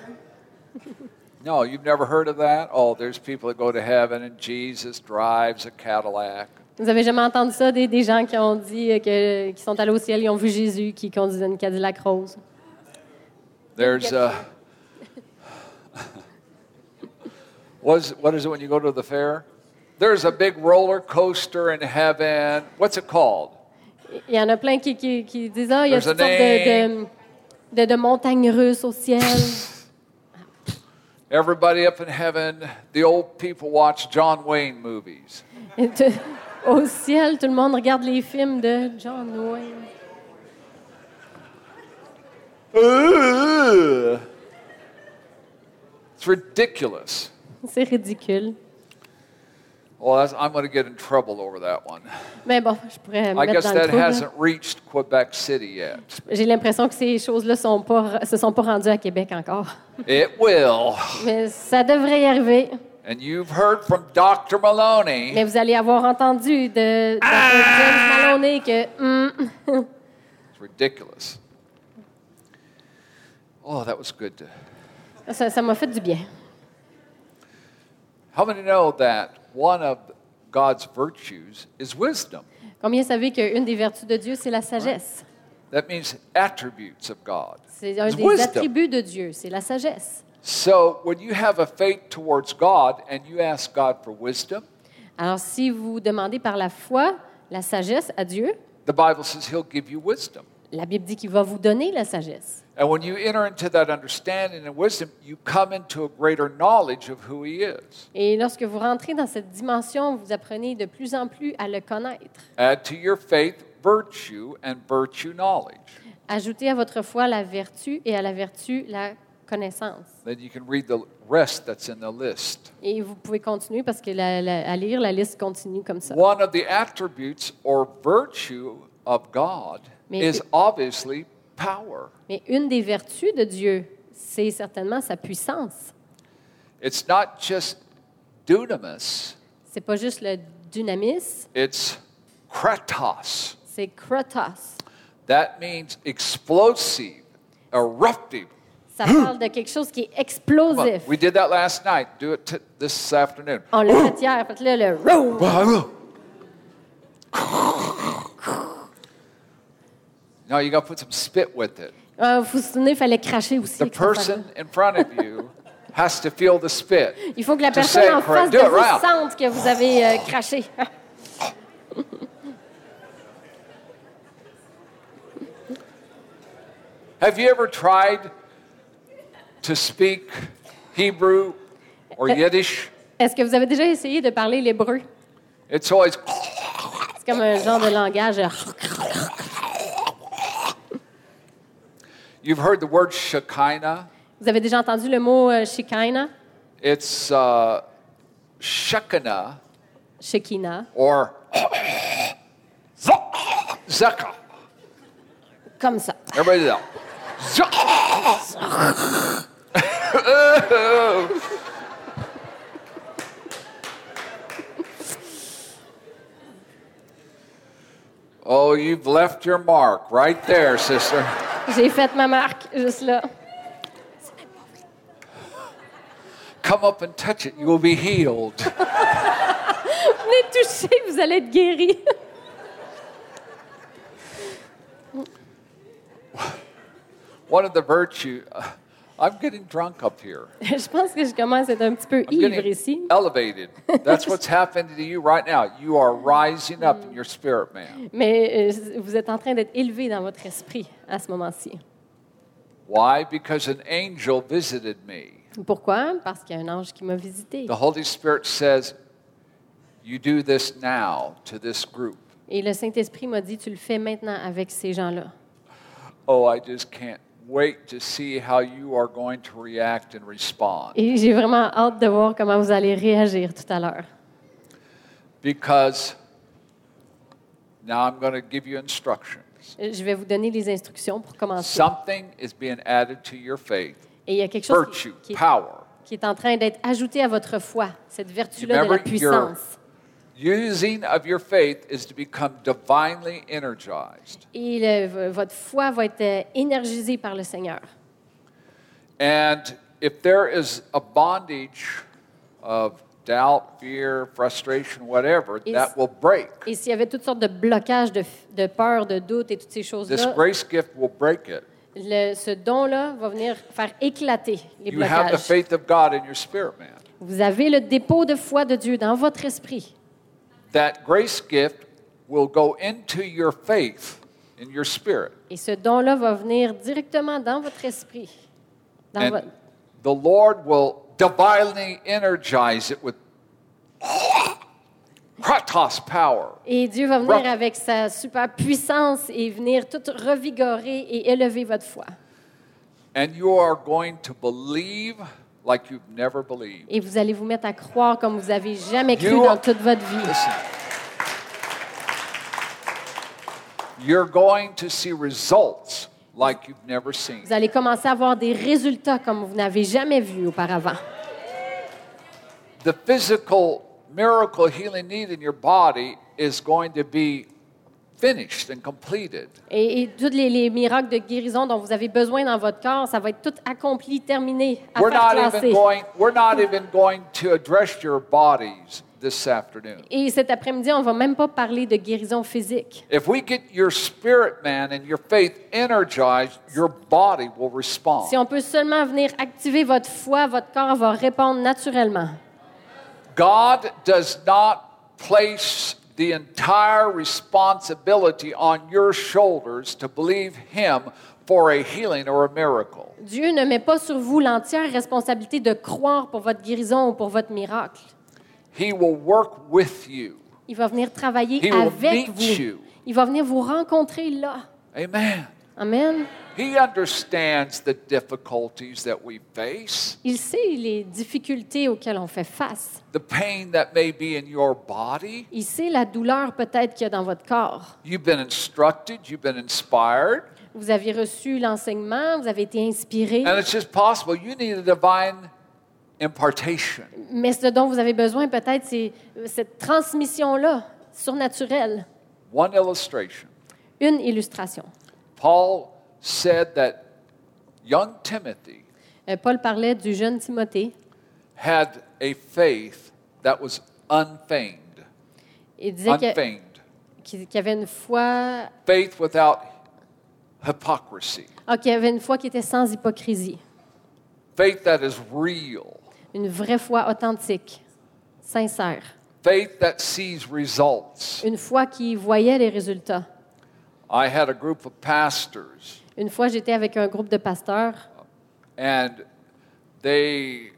B: No, you've never heard of that? Oh, there's people that go to heaven and Jesus drives a Cadillac.
A: Vous avez jamais entendu ça, des, des gens qui ont dit euh, que, qui sont allés au ciel, ils ont vu Jésus qui conduisait une Cadillac rose.
B: There's uh, a. what, is, what is it when you go to the fair? There's a big roller coaster in heaven. What's it called?
A: Il y en a plein qui, qui- qui disent, ah, il y a
B: There's
A: toutes sortes
B: a
A: de,
B: name.
A: de- de- de montagnes russes au ciel.
B: Everybody up in heaven, the old people watch John Wayne movies.
A: Et tout- au ciel, tout le monde regarde les films de John Wayne.
B: Ugh. It's ridiculous.
A: C'est ridicule.
B: Well, that's, I'm going to get in trouble over that one.
A: Mais bon, je pourrais me
B: I
A: mettre
B: guess
A: dans le
B: that
A: trouble.
B: hasn't reached Quebec City yet.
A: J'ai l'impression que ces choses-là sont pas, se sont pas rendues à Québec encore.
B: It will.
A: Mais ça devrait y arriver.
B: And you've heard from Dr. Maloney.
A: Mais vous allez avoir entendu de, de James Maloney que hum,
B: It's ridiculous. Oh, that was good. To...
A: ça ça m'a fait du bien.
B: How many know that one of God's virtues is wisdom?
A: Combien savez qu'une des vertus de Dieu, c'est la sagesse?
B: That means attributes of God.
A: C'est un
B: It's
A: des attributs de Dieu, c'est la sagesse.
B: So when you have a faith towards God and you ask God for wisdom,
A: Alors, si vous demandez par la foi la sagesse à Dieu,
B: the Bible says He'll give you wisdom.
A: la Bible dit qu'il va vous donner la sagesse.
B: And when you enter into that understanding and wisdom, you come into a greater knowledge of who He is.
A: Et lorsque vous rentrez dans cette dimension, vous apprenez de plus en plus à le connaître.
B: Add to your faith virtue and virtue knowledge.
A: Ajoutez à votre foi la vertu et à la vertu la connaissance.
B: Then you can read the rest that's in the list.
A: Et vous pouvez continuer parce que la- la- à lire, la liste continue comme ça.
B: One of the attributes or virtue of God
A: Mais-
B: is obviously power.
A: Mais une des vertus de Dieu, c'est certainement sa puissance.
B: It's not just dunamis,
A: C'est pas juste le dynamis,
B: it's kratos.
A: c'est kratos.
B: That means explosive, eruptive.
A: Ça
B: Hein?
A: parle de quelque chose qui est
B: Come on,
A: explosif.
B: we did that last night. Do it t- this afternoon.
A: On l'a fait hier. Fait que là, le roar,
B: No, you got to put some spit with it.
A: Ah, vous vous souvenez, il fallait cracher aussi.
B: The
A: avec cette affaire-là.
B: person in front of you has to feel the spit.
A: Il faut que la
B: To say
A: personne en
B: it
A: face
B: correct.
A: de
B: Do it
A: vous
B: right.
A: sente que vous avez euh, craché.
B: Have you ever tried to speak Hebrew or Yiddish?
A: Est-ce que vous avez déjà essayé de parler l'hébreu?
B: It's always,
A: C'est comme un genre de langage. euh,
B: you've heard the word Shekinah.
A: Vous avez déjà entendu le mot euh, Shekinah?
B: It's uh, Shekinah
A: Shekinah.
B: or Zeka.
A: Comme ça.
B: Everybody do that. Zeka. Oh, You've left your mark right there, sister.
A: J'ai fait ma marque juste là.
B: Come up and touch it. You will be healed.
A: Venez toucher, vous allez être guéri.
B: One of the virtue. uh, I'm getting drunk up here.
A: je pense que je commence à être un petit peu
B: I'm
A: ivre
B: getting
A: ici.
B: elevated. That's what's happening to you right now. You are rising up in your spirit, man.
A: Mais euh, vous êtes en train d'être élevé dans votre esprit à ce moment-ci.
B: Why? Because an angel visited me.
A: Pourquoi? Parce qu'il y a un ange qui m'a visité.
B: The Holy Spirit says, You do this now to this group.
A: Et le Saint-Esprit m'a dit, tu le fais maintenant avec ces gens-là.
B: Oh, I just can't wait to see how you are going to react and respond.
A: Et j'ai vraiment hâte de voir comment vous allez réagir tout à l'heure.
B: Because now I'm going to give you instructions.
A: Je vais vous donner les instructions pour commencer.
B: Something is being added to your faith
A: Et il y a quelque chose qui,
B: virtue,
A: qui-
B: power.
A: qui est en train d'être ajouté à votre foi, cette vertu-là de la
B: Remember your-
A: puissance.
B: Using of your faith is to become divinely energized.
A: Et le- votre foi va être euh, énergisée par le Seigneur.
B: And if there is a bondage of doubt, fear, frustration, whatever,
A: Is-
B: that will break.
A: Et s'il y avait toutes sortes de blocages, de, f- de peur, de doute et toutes ces
B: This
A: choses-là,
B: grace gift will break it.
A: le- ce don-là va venir faire éclater les
B: You have the
A: blocages.
B: faith of God in your spirit, man.
A: Vous avez le dépôt de foi de Dieu dans votre esprit.
B: That grace gift will go into your faith, in your spirit.
A: Et ce don-là va venir directement dans votre esprit. Dans
B: And
A: votre-
B: the Lord will divinely energize it with kratos power.
A: Et Dieu va venir
B: Rock.
A: avec sa super puissance et venir tout revigorer et élever votre foi.
B: And you are going to believe like you've never believed.
A: Et vous allez vous mettre à croire comme vous avez jamais cru
B: You-
A: dans toute votre vie.
B: Listen. You're going to see results like you've never seen.
A: Vous allez commencer à avoir des résultats comme vous n'avez jamais vu auparavant.
B: The physical miracle healing need in your body is going to be finished and completed.
A: Et, et tous les, les miracles de guérison dont vous avez besoin dans votre corps, ça va être tout accompli, terminé, à
B: We're
A: faire
B: not
A: classer.
B: even going we're not even going to address your bodies this afternoon.
A: Et cet après-midi, on ne va même pas parler de guérison physique.
B: If we get your spirit man and your faith energized, your body will respond.
A: Si on peut seulement venir activer votre foi, votre corps va répondre naturellement.
B: God does not place the entire responsibility on your shoulders to believe Him for a healing or a miracle.
A: Dieu ne met pas sur vous l'entière responsabilité de croire pour votre guérison ou pour votre miracle.
B: He will work with you.
A: Il va venir travailler
B: He will
A: avec
B: meet
A: vous.
B: you.
A: Il va venir vous rencontrer là.
B: Amen.
A: Amen.
B: He understands the difficulties that we face,
A: Il sait les difficultés auxquelles on fait face.
B: the pain that may be in your body.
A: Il sait la douleur peut-être qu'il y a dans votre corps.
B: You've been instructed, you've been inspired,
A: Vous avez reçu l'enseignement, vous avez été inspiré,
B: and it's just possible you need a divine impartation.
A: mais ce dont vous avez besoin peut-être, c'est euh, cette transmission-là, surnaturelle.
B: One illustration.
A: Une illustration.
B: Paul said that young Timothy
A: Euh, Paul parlait du jeune Timothée.
B: had a faith that was unfeigned.
A: Il disait que-
B: Unfeigned.
A: qu'il qu'il avait une foi
B: Faith without hypocrisy.
A: Ah, qu'il y avait une foi qui était sans hypocrisie,
B: Faith that is real.
A: une vraie foi authentique, sincère,
B: Faith that sees results.
A: une foi qui voyait les résultats.
B: I had a group of pastors,
A: Une fois, j'étais avec un groupe de pasteurs
B: and they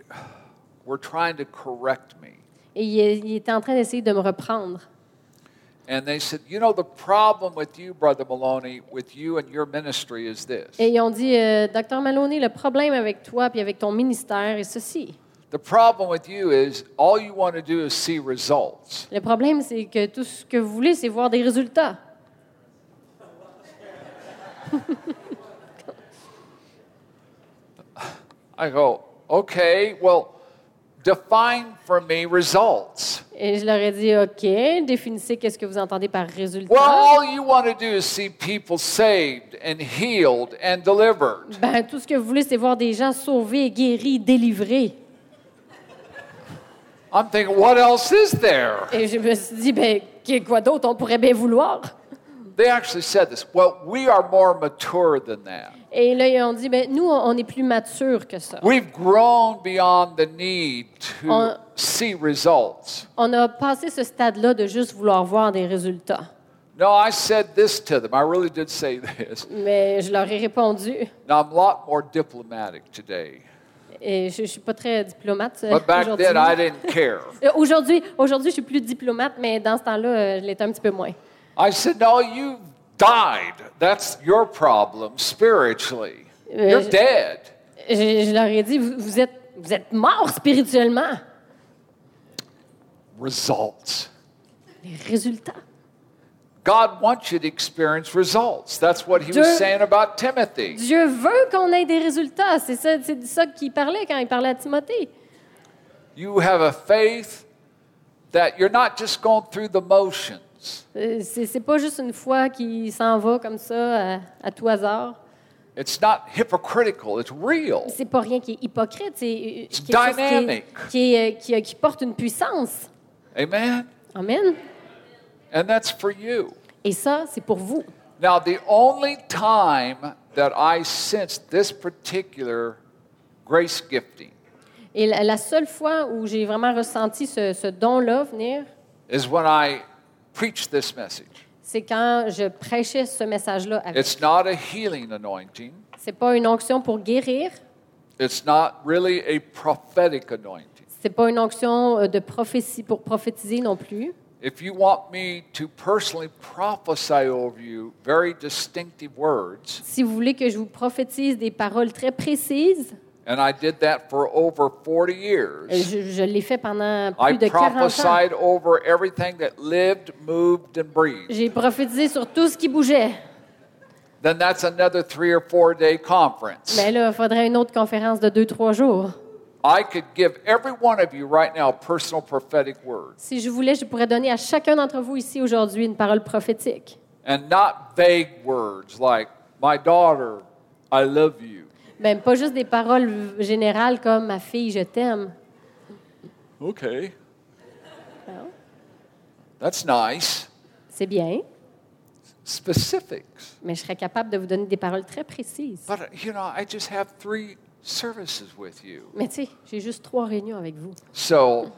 B: were trying to correct me.
A: et ils il étaient en train d'essayer de me reprendre.
B: And they said, You know, the problem with you, Brother Maloney, with you and your ministry is this.
A: Et ils ont dit, euh, docteur Maloney, le problème avec toi puis avec ton ministère est ceci.
B: The problem with you is all you want to do is see results.
A: Le problème, c'est que tout ce que vous voulez, c'est voir des résultats.
B: I go, okay, well, define for me results.
A: Et je leur ai dit, OK, définissez qu'est-ce que vous entendez par
B: Well,
A: résultat.
B: all you want to do is see people saved and healed and delivered.
A: Ben, tout ce que vous voulez, c'est voir des gens sauvés, guéris, délivrés.
B: I'm thinking, what else is there?
A: Et je me suis dit, ben, qu'est- quoi d'autre on pourrait bien vouloir?
B: They actually said this. Well, we are more mature than that.
A: Et là, ils ont dit, ben, nous, on on est plus mature que ça.
B: We've grown beyond the need to
A: On-
B: see results.
A: On a passé ce stade-là de juste vouloir voir des résultats.
B: No, I said this to them. I really did say this.
A: Mais je leur ai répondu,
B: Now, I'm a lot more diplomatic today.
A: et je ne suis pas très diplomate euh,
B: But back
A: aujourd'hui.
B: then, I didn't care.
A: Euh, Aujourd'hui, aujourd'hui, je suis plus diplomate, mais dans ce temps-là, euh, je l'étais un petit peu moins.
B: I said, No, you died. That's your problem spiritually.
A: Euh,
B: You're
A: je-
B: dead.
A: Je, je leur ai dit, vous, vous êtes, vous êtes morts spirituellement.
B: Results.
A: Les résultats.
B: God wants you to experience results. That's what he was
A: Dieu-
B: saying about Timothy.
A: Dieu veut qu'on ait des résultats. C'est ça, c'est de ça qu'il parlait quand il parlait à Timothée.
B: You have a faith that you're not just going through the motions.
A: Euh, C'est c'est pas juste une foi qui s'en va comme ça à, à tout hasard.
B: It's not hypocritical, it's real.
A: C'est pas rien qui est hypocrite. C'est euh,
B: It's
A: quelque chose qui, est-
B: dynamic.
A: qui, est, euh, qui, euh, qui porte une puissance.
B: Amen?
A: Amen.
B: And that's for you.
A: Et ça, c'est pour vous.
B: Now, the only time that I sensed this particular grace gifting
A: Et la, la seule fois où j'ai vraiment ressenti ce, ce don-là venir,
B: is when I preach this message.
A: c'est quand je prêchais ce message-là. Avec.
B: It's not a healing anointing,
A: C'est pas une onction pour guérir.
B: it's not really a prophetic anointing.
A: C'est pas une onction euh, de prophétie pour prophétiser non plus.
B: If you want me to personally prophesy over you very distinctive words,
A: Si vous voulez que je vous prophétise des paroles très précises,
B: and I did that for over 40
A: euh,
B: years,
A: je, je l'ai fait pendant
B: I
A: plus de 40 ans.
B: prophesied over everything that lived, moved, and breathed.
A: J'ai prophétisé sur tout ce qui bougeait.
B: Then that's another three or four day conference.
A: Mais Ben là, il faudrait une autre conférence de deux, trois jours.
B: I could give every one of you right now a personal prophetic word
A: Si je voulais, je pourrais donner à chacun d'entre vous ici aujourd'hui une parole prophétique.
B: and not vague words like, my daughter, I love you.
A: Même Ben, pas juste des paroles v- générales comme ma fille, je t'aime.
B: Okay.
A: Well.
B: That's nice.
A: C'est bien,
B: Specifics.
A: mais je serais capable de vous donner des paroles très précises.
B: But, uh, you know, I just have three services with you.
A: Mais tu sais, j'ai juste trois réunions avec vous.
B: So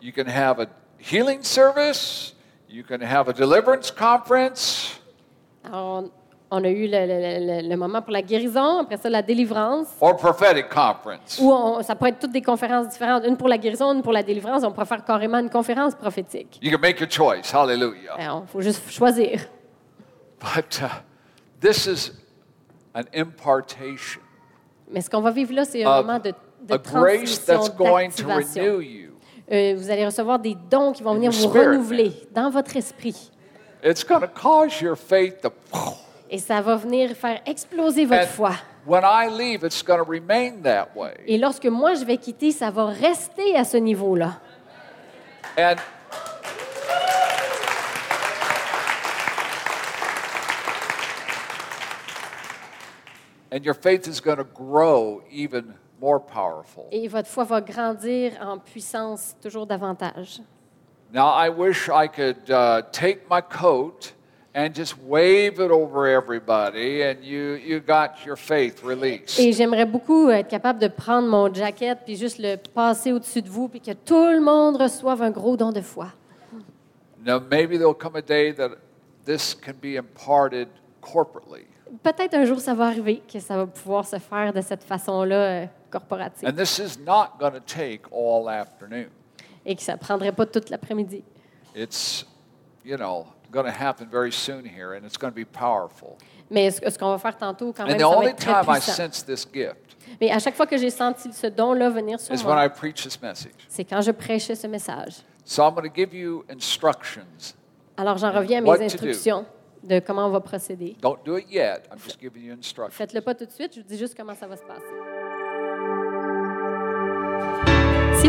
B: you can have a healing service, you can have a deliverance conference,
A: Alors, on, on a eu le, le- le- le moment pour la guérison, après ça, la délivrance.
B: or prophetic conference.
A: Ou on- ça pourrait être toutes des conférences différentes, une pour la guérison, une pour la délivrance. On pourrait faire carrément une conférence prophétique.
B: You can make your choice. Hallelujah.
A: Il faut juste choisir.
B: But uh, this is an impartation
A: Mais ce qu'on va vivre là, c'est un
B: of
A: moment de, de
B: a grace that's
A: transmission,
B: going to
A: d'activation.
B: renew you.
A: Euh, vous allez recevoir des dons qui vont
B: In
A: venir
B: your
A: vous
B: spirit,
A: renouveler dans votre esprit.
B: It's going to cause your faith to.
A: Et ça va venir faire exploser votre
B: And
A: foi.
B: when I leave, it's going to remain that way.
A: Et lorsque moi, je vais quitter, ça va rester à ce niveau-là.
B: And and your faith is going to grow even more powerful.
A: Et votre foi va grandir en puissance toujours davantage.
B: Now I wish I could uh, take my coat and just wave it over everybody, and you you got your faith released.
A: Et j'aimerais beaucoup être capable de prendre mon jacket puis juste le passer au-dessus de vous puis que tout le monde reçoive un gros don de foi.
B: Now maybe there'll come a day that this can be imparted corporately,
A: Peut-être un jour ça va arriver que ça va pouvoir se faire de cette façon-là euh, corporative
B: and this is not going to take all afternoon.
A: et que ça prendrait pas toute l'après-midi.
B: it's you know going to happen very soon here and it's going to be powerful
A: Mais ce, ce qu'on va faire tantôt quand même
B: and the
A: ça va
B: only
A: être très
B: time i
A: puissant.
B: sense this gift
A: Mais à chaque fois que j'ai senti ce don-là venir sur
B: is when i
A: moi,
B: preach this message
A: c'est quand je prêchais ce message.
B: so i'm going to give you instructions
A: Alors j'en reviens à
B: What
A: mes
B: to do?
A: instructions de comment on va procéder.
B: don't do it yet i'm just giving you instructions
A: Faites-le pas tout de suite, je vous dis juste comment ça va se passer.
C: Si